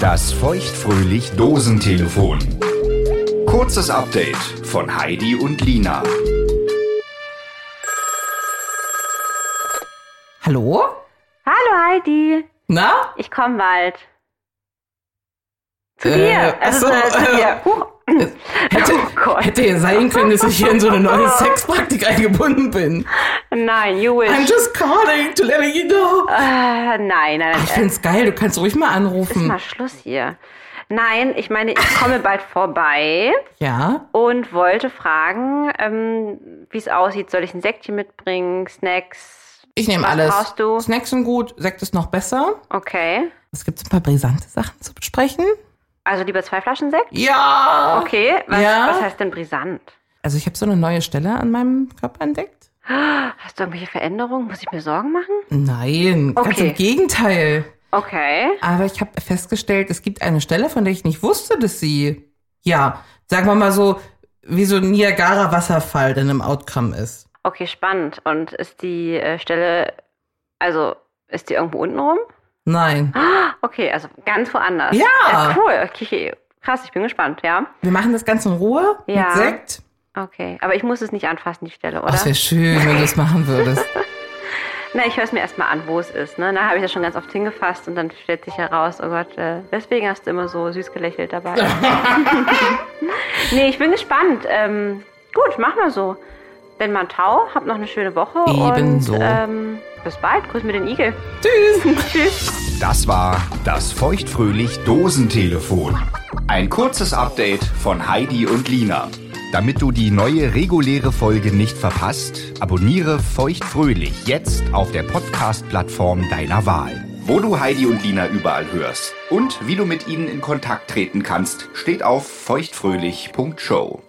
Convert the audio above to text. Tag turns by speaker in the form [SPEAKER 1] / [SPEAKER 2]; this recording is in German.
[SPEAKER 1] Das feuchtfröhlich Dosentelefon. Kurzes Update von Heidi und Lina.
[SPEAKER 2] Hallo?
[SPEAKER 3] Hallo Heidi,
[SPEAKER 2] Na?
[SPEAKER 3] ich komm bald. Zu
[SPEAKER 2] Äh,
[SPEAKER 3] dir. Also
[SPEAKER 2] ach so,
[SPEAKER 3] äh, zu
[SPEAKER 2] äh,
[SPEAKER 3] dir. Huch.
[SPEAKER 2] Hätte,
[SPEAKER 3] Oh Gott.
[SPEAKER 2] hätte ja sein können, dass ich hier in so eine neue Sexpraktik eingebunden bin.
[SPEAKER 3] Nein, you
[SPEAKER 2] I'm
[SPEAKER 3] wish.
[SPEAKER 2] just calling to let you know.
[SPEAKER 3] Äh, nein, nein, nein.
[SPEAKER 2] Ich find's geil, du kannst ruhig mal
[SPEAKER 3] Ist mal
[SPEAKER 2] anrufen.
[SPEAKER 3] Schluss hier. Nein, ich meine, ich komme bald vorbei
[SPEAKER 2] Ja?
[SPEAKER 3] und wollte fragen, ähm, wie es aussieht. Soll ich ein Säckchen mitbringen? Snacks?
[SPEAKER 2] Ich nehme
[SPEAKER 3] Was
[SPEAKER 2] alles.
[SPEAKER 3] brauchst du?
[SPEAKER 2] Snacks sind gut, Sekt ist noch besser.
[SPEAKER 3] Okay.
[SPEAKER 2] Es gibt so ein paar brisante Sachen zu besprechen.
[SPEAKER 3] Also lieber zwei Flaschen Sekt?
[SPEAKER 2] Ja!
[SPEAKER 3] Okay. Was,
[SPEAKER 2] Ja.
[SPEAKER 3] was heißt denn brisant?
[SPEAKER 2] Also ich habe so eine neue Stelle an meinem Körper entdeckt.
[SPEAKER 3] Hast du irgendwelche Veränderungen? Muss ich mir Sorgen machen?
[SPEAKER 2] Nein, ganz
[SPEAKER 3] Okay.
[SPEAKER 2] im Gegenteil.
[SPEAKER 3] Okay.
[SPEAKER 2] Aber ich habe festgestellt, es gibt eine Stelle, von der ich nicht wusste, dass sie, ja, sagen wir mal so, wie so ein Niagara-Wasserfall dann im Outcome ist.
[SPEAKER 3] Okay, spannend. Und ist die äh, Stelle, also ist die irgendwo unten rum?
[SPEAKER 2] Nein.
[SPEAKER 3] Ah, Okay, also ganz woanders.
[SPEAKER 2] Ja.
[SPEAKER 3] cool. Okay, krass, ich bin gespannt, ja.
[SPEAKER 2] Wir machen das Ganze in Ruhe
[SPEAKER 3] Ja.
[SPEAKER 2] mit Sekt.
[SPEAKER 3] Okay, aber ich muss es nicht anfassen, die Stelle,
[SPEAKER 2] Oh,
[SPEAKER 3] oder?
[SPEAKER 2] das wäre schön, wenn du es machen würdest.
[SPEAKER 3] Na, ich höre es mir erstmal an, wo es ist. Ne? Da habe ich ja schon ganz oft hingefasst und dann stellt sich heraus, oh Gott, äh, deswegen hast du immer so süß gelächelt dabei. nee, ich bin gespannt. Ähm, gut, mach mal so. Wenn man Tau, hab noch eine schöne Woche
[SPEAKER 2] Ebenso.
[SPEAKER 3] und ähm, bis bald. Grüß mir den Igel.
[SPEAKER 2] Tschüss.
[SPEAKER 3] Tschüss.
[SPEAKER 1] Das war das feuchtfröhlich Dosentelefon. Ein kurzes Update von Heidi und Lina. Damit du die neue reguläre Folge nicht verpasst, abonniere feuchtfröhlich jetzt auf der Podcast-Plattform deiner Wahl. Wo du Heidi und Lina überall hörst und wie du mit ihnen in Kontakt treten kannst, steht auf feuchtfröhlich.show.